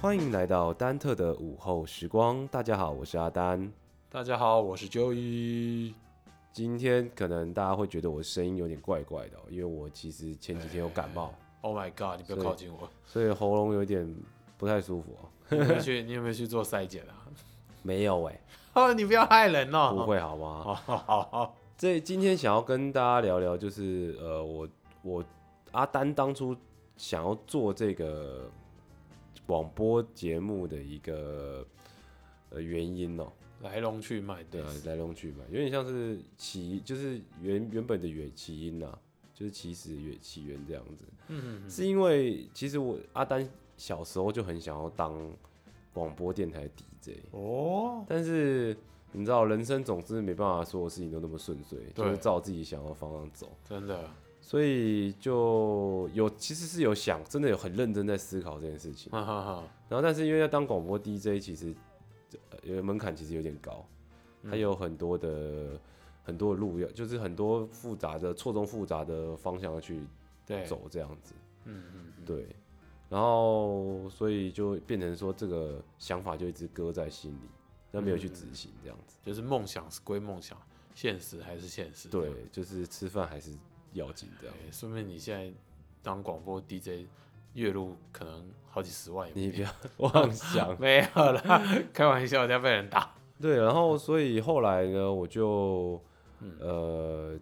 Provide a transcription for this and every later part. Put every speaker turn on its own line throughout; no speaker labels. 欢迎来到丹特的午后时光。大家好，我是阿丹。
大家好，我是 Joey。
今天可能大家会觉得我声音有点怪怪的哦、因为我其实前几天有感冒，
Oh my god！你不
所以
要靠近我。
所以喉咙有点不太舒服、哦。
你有没有去？ 你有没有去做筛检啊？
没有哎、
哦，你不要害人哦。
不。会好吗？
好好好。
这今天想要跟大家聊聊，就是呃，我我阿丹当初想要做这个广播节目的一个呃原因哦、
来龙去脉，
对
对
啊，来龙去脉有点像是起，就是原原本的原起因呐、啊就是起始原起源这样子。
嗯，嗯嗯
是因为其实我阿丹小时候就很想要当广播电台的 DJ，
哦，
但是你知道人生总是没办法所有事情都那么顺遂，
对
就是照自己想要的方向走。
真的，
所以就有其实是有想，真的有很认真在思考这件事情。
哈哈哈。
然后，但是因为要当广播 DJ，其实呃有门槛其实有点高，
嗯
它有很多的很多的路要，就是很多复杂的错综复杂的方向要去
对，
走这样子。
嗯嗯嗯，
对，然后所以就变成说这个想法就一直搁在心里，但没有去执行这样子。
就是梦想是归梦想，现实还是现实。
对，啊就是吃饭还是要紧这样。
哎，说明你现在当广播 DJ，月入可能好几十万也
你
没
不要妄 想。
没有啦， 开玩笑，人家被人打。
对，然后所以后来呢，我就
嗯
呃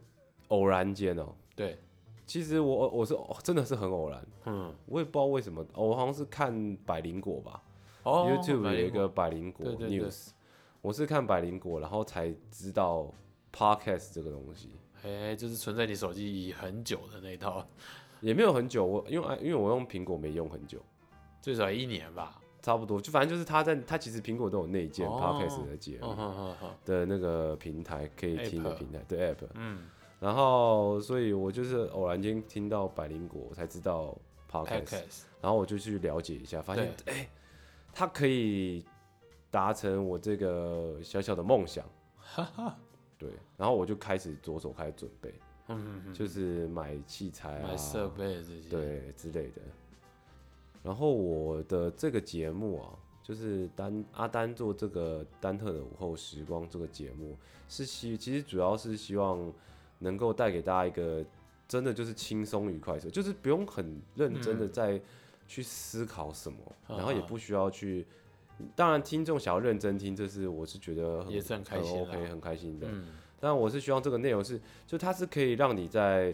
偶然间哦、
对，
其实我我是哦真的是很偶然，
嗯，
我也不知道为什么，哦我好像是看百灵果吧、
哦
y o u t u b
买
e 有一
过
个百灵果 news，
对对对
我是看百灵果，然后才知道 podcast 这个东西，
哎、就是存在你手机已很久的那一套，
也没有很久，我因为因为我用苹果没用很久，
最少一年吧。
差不多，就反正就是它在它其实苹果都有内建
哦
podcast 的节目、
嗯哼哼哼，
的那个平台可以听的
App
平台，对 app，
嗯
然后所以我就是偶然间听到百灵果，我才知道 podcast。
，Podcast，
然后我就去了解一下，发现哎、它可以达成我这个小小的梦想。对，然后我就开始着手开始准备，
嗯嗯
就是买器材
嗯，
啊，
买设备这些，，
对之类的。然后我的这个节目啊，就是丹阿丹做这个丹特的午后时光这个节目，是希其实主要是希望能够带给大家一个真的就是轻松愉快的事，就是不用很认真
嗯
的在去思考什么，然后也不需要去。当然，听众想要认真听，这是我是觉得很
也是很开心啦
OK，很开心的。
嗯，
但我是希望这个内容是，就它是可以让你在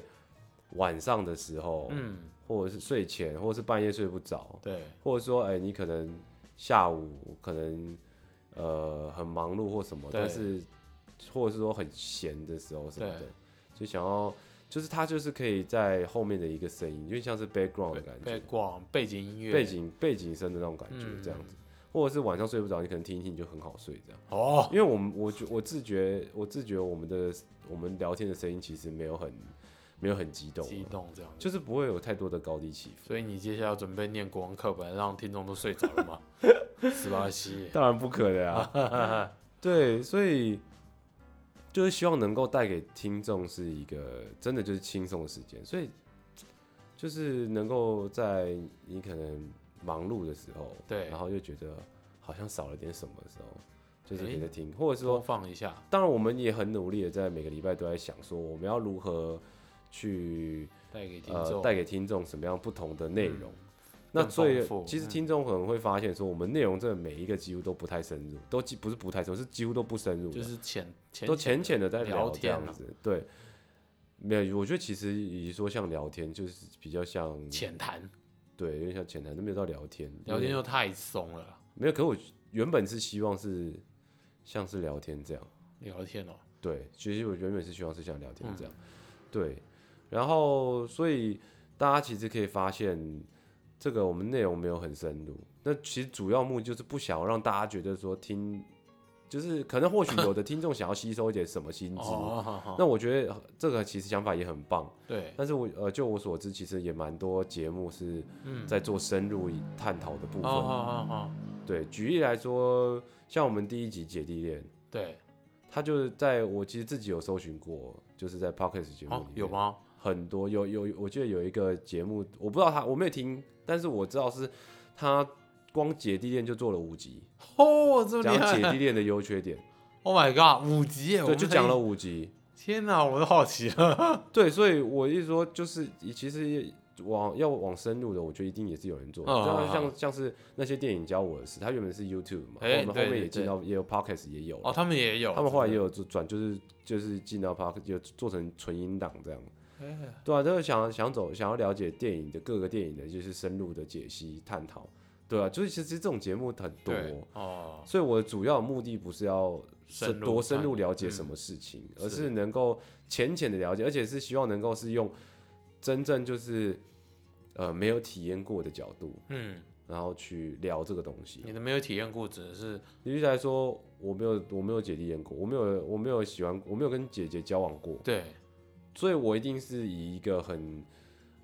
晚上的时候，
嗯，
或者是睡前，或者是半夜睡不着，
对，
或者说，哎、你可能下午可能呃很忙碌或什么，
对
但是或者是说很闲的时候什么的
对，
就想要，就是它就是可以在后面的一个声音，因为像是 background 的
背
感
背
觉，
光背景音乐，
背，景背景声的那种感觉，
嗯
这样子，或者是晚上睡不着，你可能听一听就很好睡这样。
哦，
因为我们我觉我自觉我自觉我们的我们聊天的声音其实没有很没有很激动啊，
激动这样子。
就是不会有太多的高低起伏。
所以你接下来要准备念国文课本，让听众都睡着 了吗？十八西，
当然不可能啊。对，所以就是希望能够带给听众是一个真的就是轻松的时间，所以就是能够在你可能忙碌的时候，
对
然后又觉得好像少了点什么的时候，就是可以
诶
在听，或者
播
说，
放一下，
当然我们也很努力的在每个礼拜都在想说我们要如何去
带给听
呃
众，嗯
带给听众什么样不同的内容。那
更
最
丰富
其实
嗯
听众可能会发现说，我们内容真的每一个几乎都不太深入，都几不是不太深入，是几乎都不深入的，
就是浅浅
都浅
浅
浅的在
聊
这
天
样
啊
子。对，没有，我觉得其实以说像聊天，就是比较像
的浅谈，
对，有点像浅谈，都没有到聊天。
聊天
因为
就太松了啦，
没有，可我原本是希望是像是聊天这样。
聊天哦，
对，其实我原本是希望是想聊天
嗯
这样，对，然后所以大家其实可以发现，这个我们内容没有很深入。那其实主要目的就是不想要让大家觉得说听，就是可能或许有的听众想要吸收一点什么新知。
哦，好好，
那我觉得这个其实想法也很棒，
对，
但是我呃，就我所知，其实也蛮多节目是在做深入探讨的部
嗯哦，
分。
好好好，
对，举例来说，像我们第一集姐弟恋，
对，
他就是在我其实自己有搜寻过，就是在 Podcast 节目里
哦
面、，
有？吗？
很多有有，我记得有一个节目，我不知道他我没有听，但是我知道是他光姐弟恋就做了五集，
哦，这么厉
讲姐弟
害
恋的优缺 点，
！Oh my god，五集耶！我
对，
们
就
才
讲了。五集。
天哪，我都好奇了。
对，所以我一直说，就是其实往要往深入的，我觉得一定也是有人做的。
嗯
像
嗯
像像是那些电影教我的事，它原本是 YouTube 嘛，
哎
我们后
对
面
对
也进
对
到也有 Podcast 也有了
哦，他们也有，
他们后来也
真的。
有做转，就是就是进到 Park 就做成纯音档这样。
哎
对啊，就是想想走，想要了解电影的各个电影的，就是深入的解析探讨。对啊，就是其实这种节目很多，
对哦，
所以我的主要目的不是要
深
深
入
多深
探
入了
讨
解什
嗯
么事情，而
是
是能够浅浅的了解，而且是希望能够是用真正就是呃没有体验过的角度，
嗯，
然后去聊这个东西。
你的没有体验过，只能是
举例来说，我没有我没有姐弟恋过，我没有我没有喜欢我没有跟姐姐交往过，
对
所以我一定是以一个很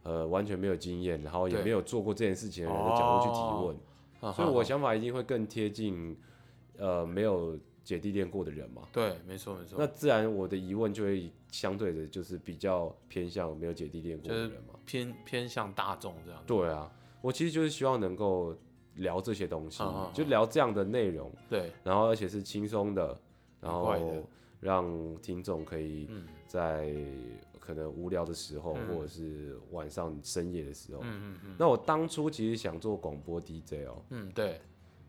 呃完全没有经验，然后也
对
没有做过这件事情的人的角度去提
哦
问，
啊哈哈，
所以我想法一定会更贴近呃没有姐弟恋过的人嘛。
对，没错没错，
那自然我的疑问就会相对的，就是比较偏向没有姐弟恋过的人嘛。
偏偏向大众这样子。
对啊，我其实就是希望能够聊这些东西，
嗯嗯嗯
就聊这样的内容，
对，
然后而且是轻松的，然
愉快
后
的
让听众可以
嗯
在可能无聊的时候，
嗯
或者是晚上深夜的时候。
嗯嗯嗯
那我当初其实想做广播 DJ 哦、
嗯，对，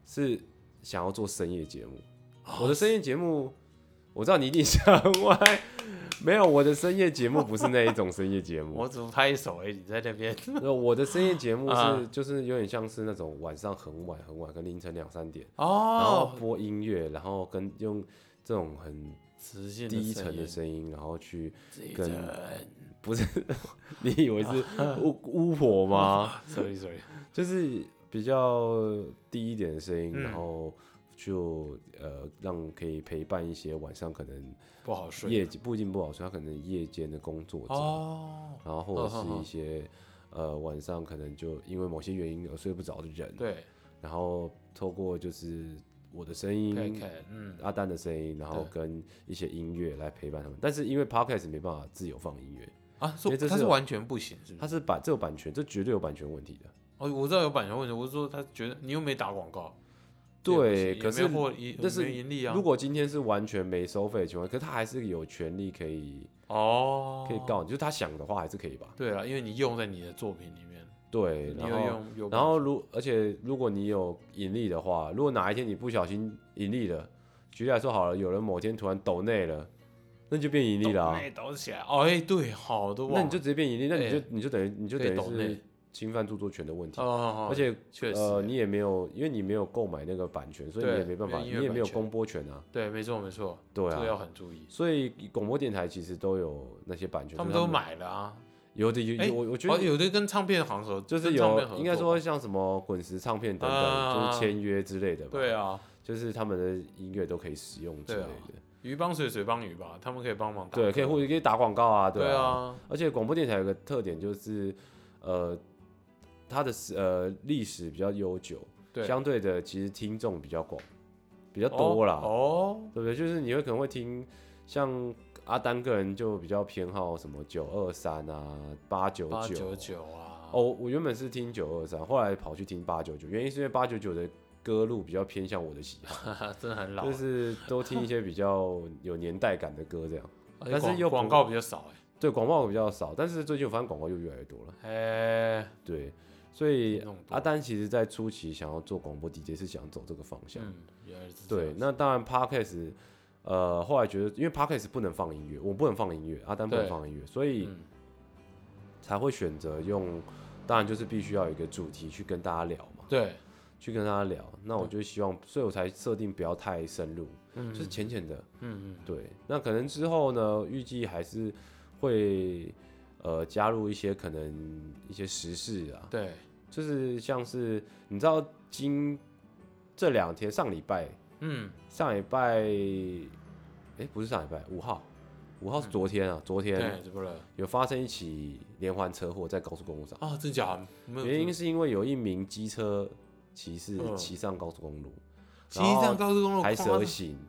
是想要做深夜节目。我的深夜节目，我知道你一定想歪，没有我的深夜节目不是那一种深夜节目。
我只拍手而已，你在 那边。
那我的深夜节目是
啊
就是有点像是那种晚上很晚很晚，跟凌晨两三点，然后
哦，
播音乐，然后跟用这种很
磁性
低沉的
的声
声音，然后去
音，
跟
低沉。
不是你以为是巫巫婆吗？
sorry sorry，
就是比较低一点的声音，
嗯
然后就呃让可以陪伴一些晚上可能
不好
夜
睡。
不一定不好睡，他可能夜间的工作者，
哦，
然后或者
嗯嗯
是
嗯
一些呃晚上可能就因为某些原因而睡不着的人，
对，
然后透过就是我的声
看
音。
看，嗯，
阿丹的声音，然后
对
跟一些音乐来陪伴他们，但是因为 podcast 没办法自由放音乐，
啊，
因为
说
这
他
是
是
有
完全不行，是不
它
是？
是版这有版权，这绝对有版权问题的。
哦，我知道有版权问题，我是说他觉得你又没打广告，
对，可是
也没有获盈，
但是
没有盈利啊
如。果今天是完全没收费的情况，可是他还是有权利可以
哦，
可以。告你，就是他想的话还是可以吧？
对了，因为你用在你的作品里面，
对，
你
然
要
后
用有版权，
然后如而且如果你有盈利的话，如果哪一天你不小心盈利了，举例来说好了，有人某天突然抖内了，那就变盈利了、啊，
那抖起来，哦，哎，对，好多，
那你就直接变盈利，那你就、
哎
你就等于你就
可
等
以
于
抖内
是侵犯著作权的问题，
哦，
而且
确实，
呃你也没有因为你没有购买那个版权，所以你
对
也没办法，
没有
你
音乐
也没有
版权
公播权啊，
对，没错没错，
对
这个
啊
要。很注意，
所以广播电台其实都有那些版权，
他们
所以
都买了啊，
有的有
哎
有，我我觉
哦，
得
有的跟唱片行合，
就是
跟唱片
有，
合作
应该说像什么滚石唱片等等，
啊
就是签约之类的吧。
对，啊，
就是他们的音乐都可以使用之类
对啊
的，
鱼帮水，水帮鱼吧，他们可以帮忙打歌，
对，可以互可以打广告啊，
对
啊。
啊，
而且广播电台有个特点就是，呃，它的时呃历史比较悠久，
对，
相对的其实听众比较广，比较多啦，
哦，
对不对？就是你会可能会听像。阿丹个人就比较偏好什么九二三啊、八九
哦八
九
九九啊，
哦，我原本是听九二三，后来跑去听八九九，原因是因为八九九的歌路比较偏向我的喜好，
真的很老
就
啊，
是都听一些比较有年代感的歌这样。
而且
但是
哎广
又不
广告比较少
对，广告比较少，但是最近我发现广告又越来越多了。
哎，哎，
对，所以
听众多
阿丹其实在初期想要做广播 DJ 是想走这个方向。
嗯，原来是这
对
样，
那当然 Podcast，呃，后来觉得因为 Podcast 不能放音乐，我不能放音乐，阿丹不能
对
放音乐，所以
嗯
才会选择用，当然就是必须要有一个主题去跟大家聊嘛。
对，
去跟他聊，那我就希望，所以我才设定不要太深入，
嗯
就是浅浅的。
嗯嗯，
对，那可能之后呢，预计还是会呃加入一些可能一些时事啊，
对，
就是像是你知道今这两天上礼拜
嗯，
上礼拜，哎、不是上礼拜五号，五号是昨天啊，昨天
嗯对，怎么了？
有发生一起连环车祸在高速公路上，
啊，真假？没有
原因
听
是因为有一名机车骑士
嗯
骑上高速公路。
骑一辆高速公路
还
夸
蛇行，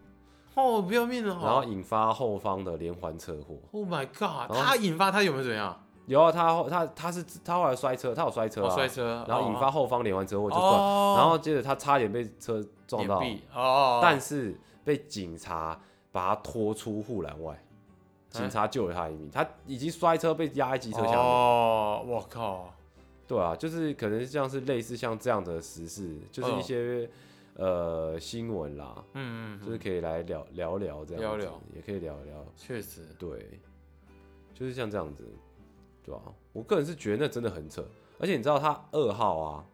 哦，不要命了！
然后引发后方的连环车祸。
，Oh my God，
然后
他引发他有没有怎样？
有啊，他后他他是他后来摔车，他有摔车
哦
啊，
摔车，
然后引发后方连环车祸就撞，
哦，
然后接着他差点被车撞
撞
到，
哦，
但是被警察把他拖出护栏外，
哎
警察救了他一命。他已经摔车被压在机车厢里，
哦，我靠，
对啊，就是可能像是类似像这样的时事，就是一些、
哦
呃新闻啦，
嗯嗯，
就是可以来聊聊聊这样子，
聊聊
也可以聊聊，
确实，
对，就是像这样子，对啊，我个人是觉得那真的很扯，而且你知道他二号啊，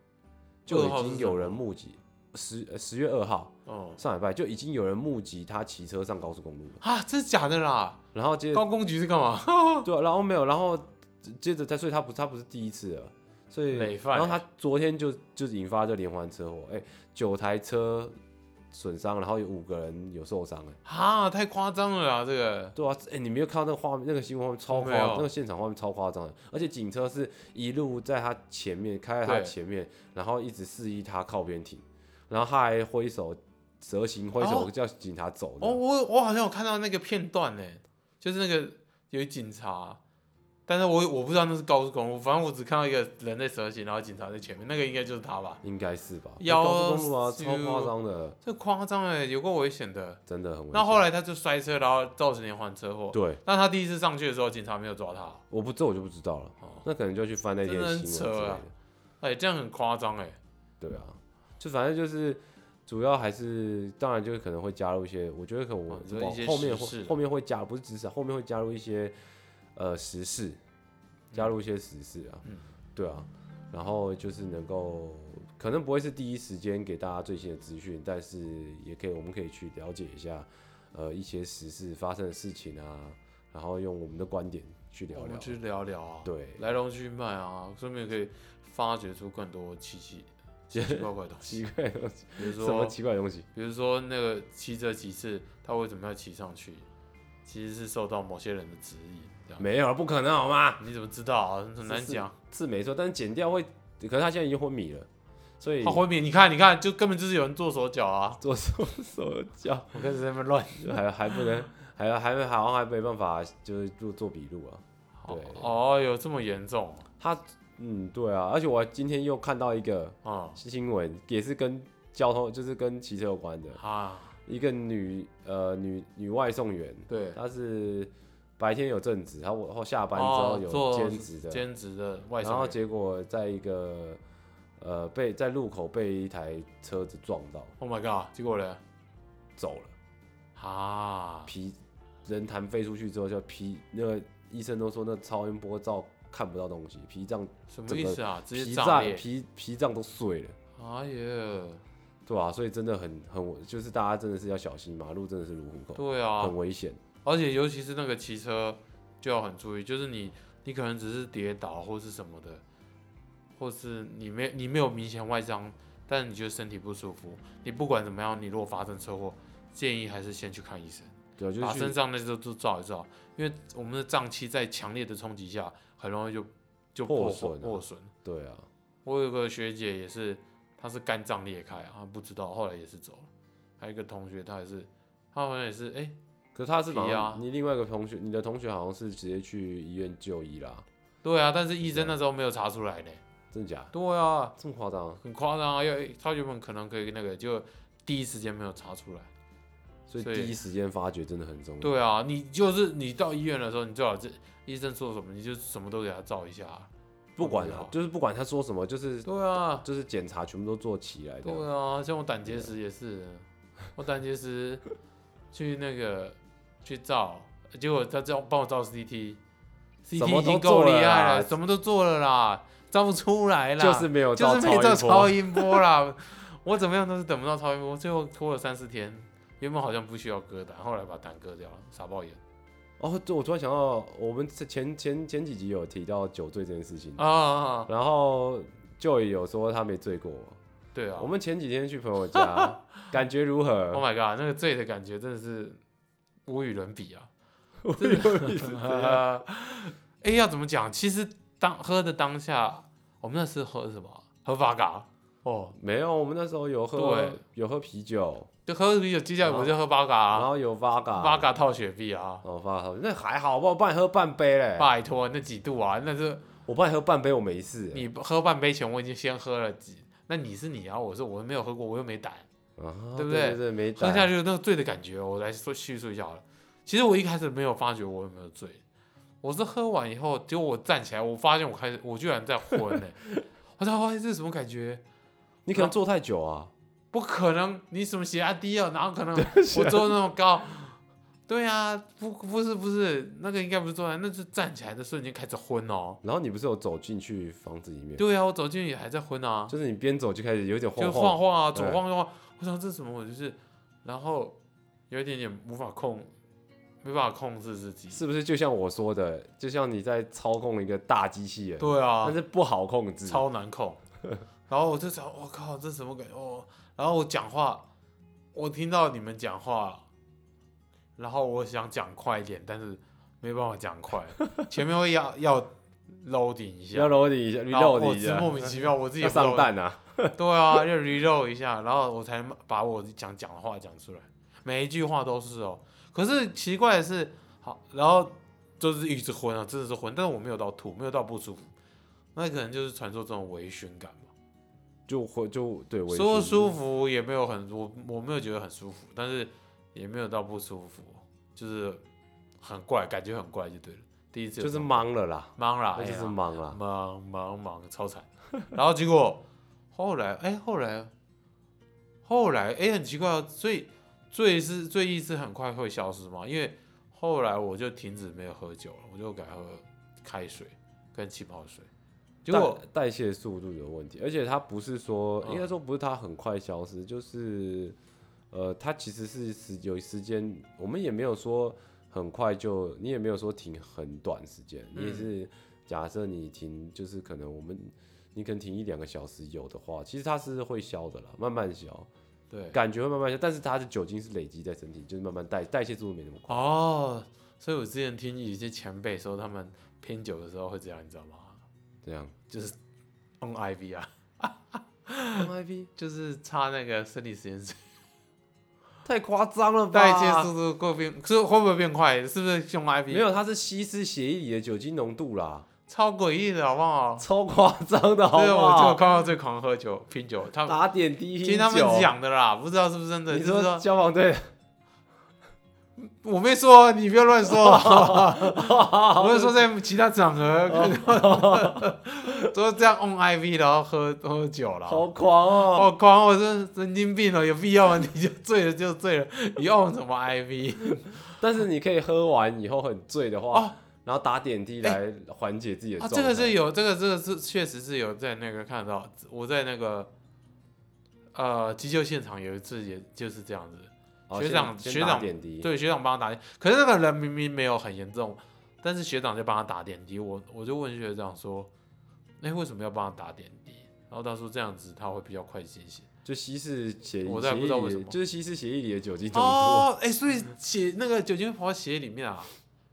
就
2号
已
是
经
什么
有人目击十呃十月二号。
哦
上礼拜就已经有人目击他骑车上高速公路了，
啊，这是假的啦，
然后接着
高公局是干嘛？
对啊、然后没有，然后接着他，所以他不他不是第一次了，所以
累犯
然后他昨天就就引发这连环车祸，哎、九台车损伤，然后有五个人有受伤，哎，
啊，太夸张了啦，这个
对啊，哎、你没有看到那个画面，那个新闻画面超夸
没有
那个现场画面超夸张的，而且警车是一路在他前面开在他
对
前面，然后一直示意他靠边停，然后他还挥手蛇形挥手
哦
叫警察走的，
哦，我我好像有看到那个片段呢，就是那个有一警察，但是我我不知道那是高速公路，反正我只看到一个人在蛇形，然后警察在前面，那个应该就是他吧？
应该是吧？
要
高速公路啊，
死
超夸张的，
这夸张哎，有够危险的。
真的很危险。
那后来他就摔车，然后造成连环车祸。
对，
但他第一次上去的时候，警察没有抓他，
我不这我就不知道了，
哦
那可能就去翻那天
真的
新
很
闻之
扯
类的
啊。哎、这样很夸张哎。
对啊，就反正就是主要还是，当然就是可能会加入一些，我觉得可能我
哦你说一些
后面
时事
会
啊
后面会加入，不是只是后面会加入一些呃时事，加入一些时事啊，
嗯
对啊，然后就是能够可能不会是第一时间给大家最新的资讯，但是也可以我们可以去了解一下呃一些时事发生的事情啊，然后用我们的观点去聊
哦我
聊
们，去聊聊啊，
对
来龙去脉啊，顺便可以发掘出更多奇奇奇奇怪怪的东西，
奇怪的东西，
比如
什么
说，
奇怪的东西？
比如说那个骑车骑士他为什么要骑上去，其实是受到某些人的质疑，这样
没有，啊不可能好吗？
你怎么知道啊？很难
是是
讲，
是没错，但是剪掉会，可是他现在已经昏迷了，所以
他昏迷，你看你看，就根本就是有人做手脚啊，
做手手脚
我开始在那边乱，
就还还不能，还还还好像还没办法，就是做做笔录啊。对
哦，有这么严重
嗯，对啊，而且我今天又看到一个
啊
新闻，也是跟交通，就是跟骑车有关的，
啊，
一个女呃女女外送员，
对，
她是白天有正职，她我后下班之后
哦
有
做
兼职的，
兼职的外
然后
送员，
结果在一个呃被在路口被一台车子撞到
Oh my god，结果呢？
走了。
啊，
皮人弹飞出去之后，就皮那个医生都说那超音波照看不到东西，脾脏
什么
整
意
个
思啊？直接
脾
炸
脏
裂！
脾脾脏都碎了，
哎呀，
对吧、所以真的很很就是大家真的是要小心，马路真的是如虎口，
对啊
很，危险。
而且尤其是那个骑车就要很注意，就是你你可能只是跌倒或是什么的，或是你没你没有明显外伤，但你觉得身体不舒服，你不管怎么样，你如果发生车祸，建议还是先去看医生，
对啊，就
把
是
身
去
上那些都都照一照，因为我们的脏器在强烈的冲击下，很容易就就
破
破
损啊
破损。
对啊，
我有个学姐也是，她是肝脏裂开啊，她不知道，后来也是走了。还有一个同学，他也是，他好像也是，哎、
可是他是马
皮
上
啊
你另外一个同学，你的同学好像是直接去医院就医啦，
对啊，但是医生那时候没有查出来呢。
真假？
对啊，
这么夸张啊？
很夸张啊，要他原本可能可以那个，就第一时间没有查出来。
所以
所以
第一时间发觉真的很重要。
对啊，你就是你到医院的时候，你最好是医生说什么，你就什么都给他照一下啊。
不管
很
啊
好，
就是不管他说什么，就是
对啊，
就是检查全部都做起来的。
对啊，像我胆结石也是，啊
啊
我胆结石去那个去照，结果他叫帮我照 CT，CT
什么
已
都
经够厉
做了啦
害了，什么都做了啦，照不出来啦，
就是没有
啊就
照
是没
超
照超音波啦，我怎么样都是等不到超音波，最后拖了三四天，原本好像不需要割胆，后来把胆割掉了，傻爆眼
哦，对，我突然想到，我们这前前前几集有提到酒醉这件事情，
啊啊，啊
然后就也有说他没醉过。
对啊
我们前几天去朋友家，感觉如
，Oh
何？
my god，那个醉的感觉真的是无与伦比啊。
我有意思这
呃，哎、要怎么讲？其实当喝的当下，我们那次喝什么？喝法嘎，哦，
没有，我们那时候有喝
对
有喝啤酒，
就喝啤酒，接下来
然后
我就喝八嘎
然
啊，
后有 v 嘎，
八嘎套雪碧啊，
哦 v 嘎，那还好，我帮你喝半杯嘞，
拜托那几度啊，那是
我帮你喝半杯，我没事。
你喝半杯前我已经先喝了几，那你是你啊，我是我没有喝过，我又没胆，
啊，
对不
对
对？
对，没
喝下
去，
去那个醉的感觉，我来说叙述一下好了。其实我一开始没有发觉我有没有醉，我是喝完以后，结果我站起来，我发现我开始我居然在昏呢、 我在哇，这是什么感觉？
你可能坐太久啊。
不可能，你什么血压低啊？哪有可能？我坐那么高？对啊，不不是不是，那个应该不是坐在，那是站起来的瞬间开始昏哦。
然后你不是有走进去房子里面，
对啊，我走进去也还在昏啊，
就是你边走就开始有点
就
晃
晃
晃，
晃啊，
对
左晃右晃。我想这是什么？我就是，然后有一点点无法控，没办法控制自己。
是不是？就像我说的，就像你在操控一个大机器人，
对啊
但，是不好控制。
超难控。 然后我就想，我、靠，这什么感觉？哦，然后我讲话，我听到你们讲话，然后我想讲快一点，但是没办法讲 快，前面会要要 loading 一
要
下，
揉你一下，你
然后
揉
我
你一
是
下，
莫名其妙，我自己
要
也不知
上
道
弹啊！
对啊，要 reload 一下，然后我才把我想讲的话讲出来，每一句话都是哦。可是奇怪的是，好，然后就是一直昏啊，真的是昏，但是我没有到吐，没有到不舒服，那可能就是传说中的微醺感吧。
就会就对，我也
说
是
舒服也没有很，我我没有觉得很舒服，但是也没有到不舒服，就是很怪，感觉很怪就对了。第一次有
就是
这种
忙了啦，
懵啦，
那就
哎
是
呀
忙啦。
忙忙忙，超惨。 然后结果后来，哎、后来，后来，哎、很奇怪哦，所以醉是醉意是很快会消失嘛？因为后来我就停止没有喝酒了，我就改喝开水跟气泡水。结果
代代谢速度有问题，而且它不是说，
嗯
应该说不是它很快消失，就是呃，它其实是时有时间，我们也没有说很快就，你也没有说停很短时间，
嗯
你也是假设你停，就是可能我们你可能停一两个小时有的话，其实它是会消的啦，慢慢消，
对，
感觉会慢慢消，但是它的酒精是累积在身体，就是慢慢代代谢速度没那么快。
哦，所以我之前听有些前辈说，他们拼酒的时候会这样，你知道吗？
这样
就是 on IV 啊，
，MIV
就是插那个生理实验室。
太夸张了吧？
代谢速度过变，是会不会变快？是不是用 IV？
没有，它是稀释血液里的酒精浓度啦。
超诡异的，好不好？
超夸张的，好
对，
不
我就
好？
看到最狂喝酒拼酒，他们
打点滴
听
拼
他们
酒，
讲的啦，不知道是不是真的。
你
就是啊
说消防队
我没说，你不要 乱说。我是说在其他 场合，都是这样 on IV，然后喝喝酒了。
好狂哦！
我狂，我是神经病哦了，有必要吗？你就醉了就醉了，你 on 什么 IV？
但是你可以喝完以后很醉的话，然后打点滴来缓解自己的
哦哎啊，
状态。
这个是有，这个这个是确实是有在那个看到，我在那个呃急救现场有一次也就是这样子。
哦
学长
先
学
先打
长
点滴，
对，学长帮他打点，可是那个人明明没有很严重，但是学长就帮他打点滴。我我就问学长说，哎、为什么要帮他打点滴？然后他说这样子他会比较快清醒。
就稀释血液，
我倒也不知道为什
血
么
液里就是稀释血液里的酒精浓度。
哦，哎、所以血那个酒精跑到血里面啊，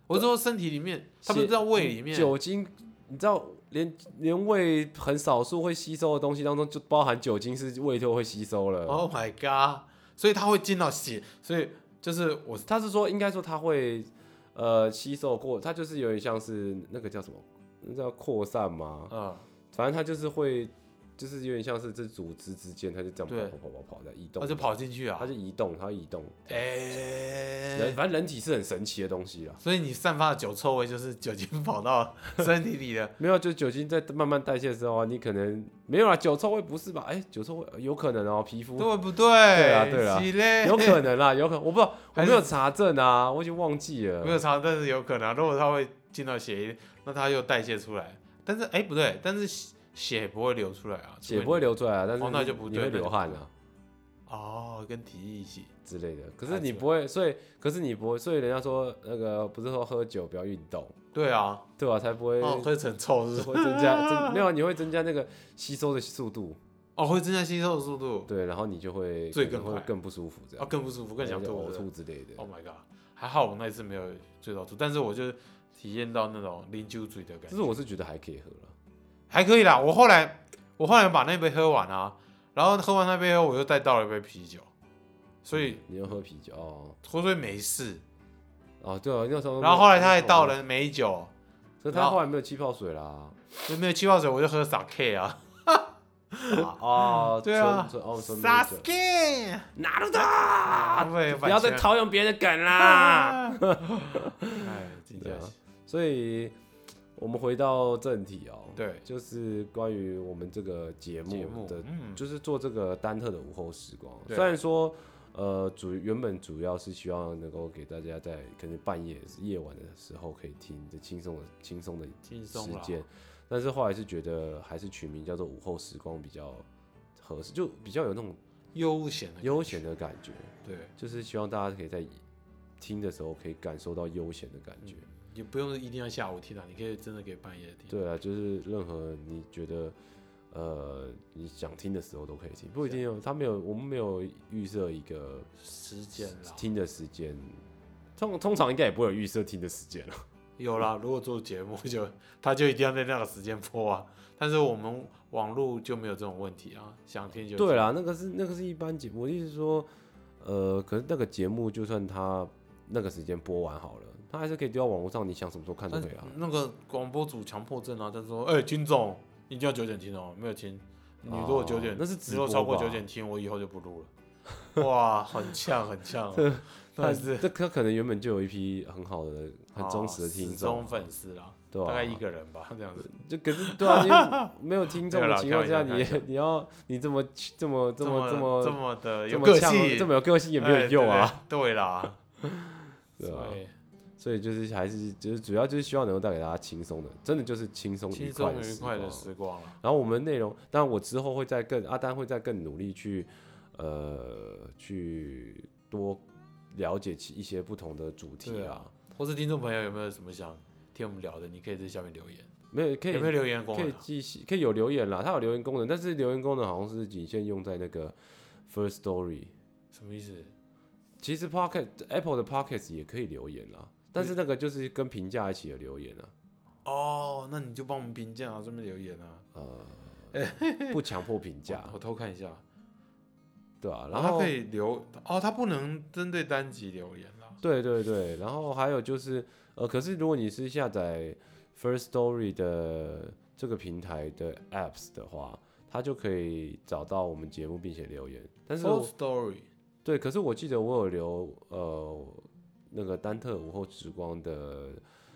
我说身体里面，他们
血嗯
知道胃里面。
酒精，你知道，连连胃很少数会吸收的东西当中，就包含酒精是胃就会吸收了。
Oh my god！所以他会进到血，所以就是我
他是说，应该说它会呃吸收过，它就是有点像是那个叫什么，那叫扩散吗？
呃
反正它就是会，就是有点像是这组织之间，它就这样
对
跑跑跑跑跑在移动，
他就，跑进去啊
它，就移动，它移动。
哎、
人反正人体是很神奇的东西啦，
所以你散发的酒臭味就是酒精 跑到身体里的。
没有就酒精在慢慢代谢的时候啊，你可能没有啦，酒臭味不是吧？哎、酒臭味呃有可能哦、皮肤
对不对？
对
对
啊对啊有可能啦，有可能我不知道，我
还
没
是
有查证啊，我已经忘记
没
了。
有差，但是有可能啊、如果它会进到血液，那它又代谢出来。但是哎，不对，但是血血不会流出来啊，
血不会
流
流出来啊，但是
哦那就不
你
对
会
那就
流
不
汗啊
哦，跟体液一起。
之类的。可是
太
你
扯
不会，所以可是你不会，所以人家说那个不是说喝酒不要运动，
对啊，
对吧、才不会
哦，会很臭是不是？
会增加增没有啊，你会增加那个吸收的速度，
哦，会增加吸收的速度，
对，然后你就会
醉
可能
更
会
快
更不舒服，这
啊，
样
更不舒服，更想
哎对
吐。
呕
对不
吐之类的
对。Oh my god！还好我那一次没有醉到吐，但是我就体验到那种零酒醉的感觉
但是。我是觉得还可以喝了，
还可以啦。我后来我后来把那杯喝完啊，然后喝完那杯后，我又再倒了一杯啤酒，所以
嗯你又喝啤酒哦，
所以没事。
哦对啊，那时候
然后后来他还倒，了美酒，
可是他后来没有气泡水啦。
就没有气泡水，我就喝 sake 啊
啊哦，
对啊
纯纯哦纯美酒
，sake，
哪路的？
对
不要再
版权
套用别人的梗啦。
哎，真
对
的
啊
是，
所以我们回到正题哦，
对
就是关于我们这个节
节目
目的，
嗯，
就是做这个丹特的午后时光。
对
虽然说，呃，主原本主要是希望能够给大家在可能半夜夜晚的时候可以听这轻松的轻松的
轻松
时
了，
间，但是后来是觉得还是取名叫做午后时光比较合适，就比较有那种
悠闲的感觉
悠闲，的感觉，
对，
就是希望大家可以在听的时候可以感受到悠闲的感觉。
也不用一定要下午听啊，你可以真的可以半夜听，
对啊，就是任何你觉得呃你想听的时候都可以听，不一定
啊
有他没有我们没有预设一个
时间啦，
听的时间，通通常应该也不会有预设听的时间了。
有啦，如果做节目就 他就一定要在那个时间播啊，但是我们网络就没有这种问题啊，想 听就
对
了，
啦，那个是那个是一般节目，我的意思是说，呃，可是那个节目就算他那个时间播完好了，他还是可以丢到网络上，你想什么时候看都
但
可
是
以啊。
那个广播组强迫症啊，他说，哎，金总一定要九点听哦，没有听，你如果
哦
九点
那是
只
直
有
播
超过
吧
九点听，我以后就不录了。哇，很呛，很呛、啊，但是
这他可能原本就有一批很好的、 很忠实的听
啊死忠
众，
粉丝啦，
对啊吧、
大概一个人吧，这样子。
就可是对啊，因为没有听众
没有
的
啦
情况下，
开玩
你
笑开玩笑
你要你这么这么这么
这
这么
这么的有
这么
个
呛
性，哎
这么有个性也没有用啊，
哎。对对啦，
对啊
所以
所以就是还是就是主要就是希望能够带给大家轻松的，真的就是轻松愉
轻
快
松
的
愉
时
快的
光。
时光了。
然后我们内容，当然我之后会再更阿丹会再更努力去呃去多了解其一些不同的主题
对
啊
啊，或是听众朋友有没有什么想听我们聊的，你可以在下面留言，
没有可以
有没有留言功
可
能
以
啊？
记可以有留言啦，它有留言功能，但是留言功能好像是仅限用在那个 First Story。
什么意思？
其实 Pocket Apple 的 Pockets 也可以留言啦，但是那个就是跟评价一起的留言啊，
哦，那你就帮我们评价啊，顺便留言啊。
不强迫评价
我，我偷看一下，
对啊，然
然后
后
哦他可以留哦，他不能针对单集留言啦。
对对对，然后还有就是呃，可是如果你是下载 First Story 的这个平台的 Apps 的话，它就可以找到我们节目并且留言，但是
Full
我
story，
对，可是我记得我有留呃那个丹特午后时光的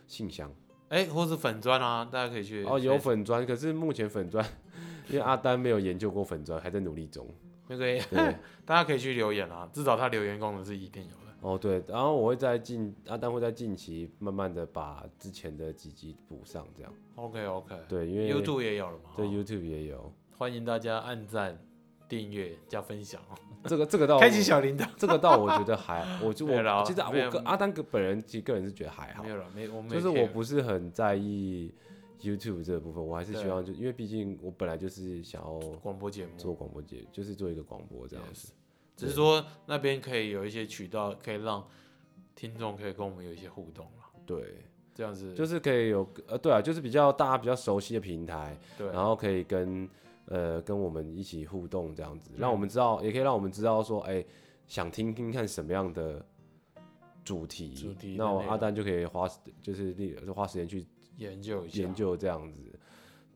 信箱。
哎、或是粉砖啊，大家可以去
哦，有
Facebook
粉砖，可是目前粉砖， 因为阿丹没有研究过粉砖，还在努力 中。
那个
对，
大家可以去留言啊，至少他留言功能是一定有的。
哦对，然后我会在近阿丹会在近期慢慢的把之前的几集补上，这样。
OK OK，
对，因为
，YouTube 也有了嘛，
对
哦
YouTube 也有
欢迎大家按赞、订阅加分享哦，
这个这个倒
开启小铃铛。
这个倒我觉得还，我就
没有啦
我其实啊
没有
我个阿丹个本人其实个人是觉得还好
没，有了，没我们
就是我不是很在意 YouTube 这个部分，我还是希
对
望就因为毕竟我本来就是想要
广播节目
做广播节，就是做一个广播这样子。
只是说那边可以有一些渠道，可以让听众可以跟我们有一些互动了，
对。
这样子
就是可以有呃，对啊，就是比较大家比较熟悉的平台，
对
然后可以跟呃跟我们一起互动这样子，让
嗯
我们知道，也可以让我们知道说，哎、想听听看什么样的主题，
主题
那
的
我
内
阿
容
丹就可以花时就是例如花时间去
研究一下
研究这样子，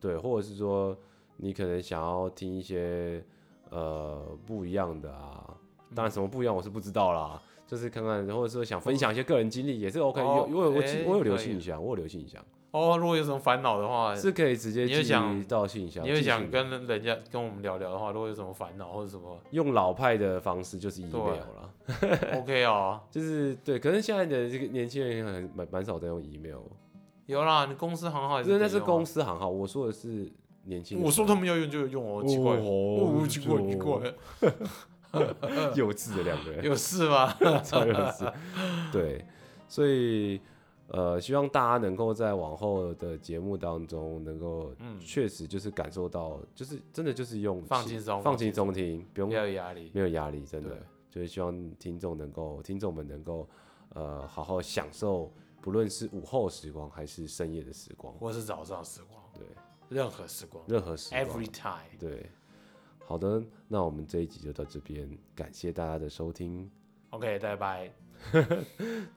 对，或者是说你可能想要听一些呃不一样的啊，当然
嗯
什么不一样我是不知道啦。就是看看，或者说想分享一些个人经历也是 OK，、
哦
有我有我
哎
我有留
可以
信箱，我有留信箱。
哦。如果有什么烦恼的话，
是可以直接
呃你又
寄
想
到信箱。
你会
寄
想
信
跟人家跟我们聊聊的话，如果有什么烦恼或者什么
用老派的方式，就是
啊
email 了，
，OK 啊，
就是对。可是现在的这个年轻人很蛮蛮少在用 email，
有啦，你公司行号也
不
是
是
得
那是
用啊
公司行号，我说的是年轻人。
我说他们要用就有用哦，奇怪，
哦
哦，奇怪，奇，怪，嗯
幼稚的两个 人，
有事吗？
超幼稚。对，所以呃，希望大家能够在往后的节目当中，能够
嗯，
确实就是感受到，就是真的就是用
放轻松，
放轻，松听，不用
嗯不要有压力，
没有压力，真的
对
就是希望听众能够，听众们能够，呃，好好享受，不论是午后时光还是深夜的时光，
或是早上时光，
对，
任何时光
任何时光
，every time。
对。好的，那我们这一集就到这边，感谢大家的收听，
OK，拜拜。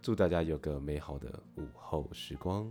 祝大家有个美好的午后时光。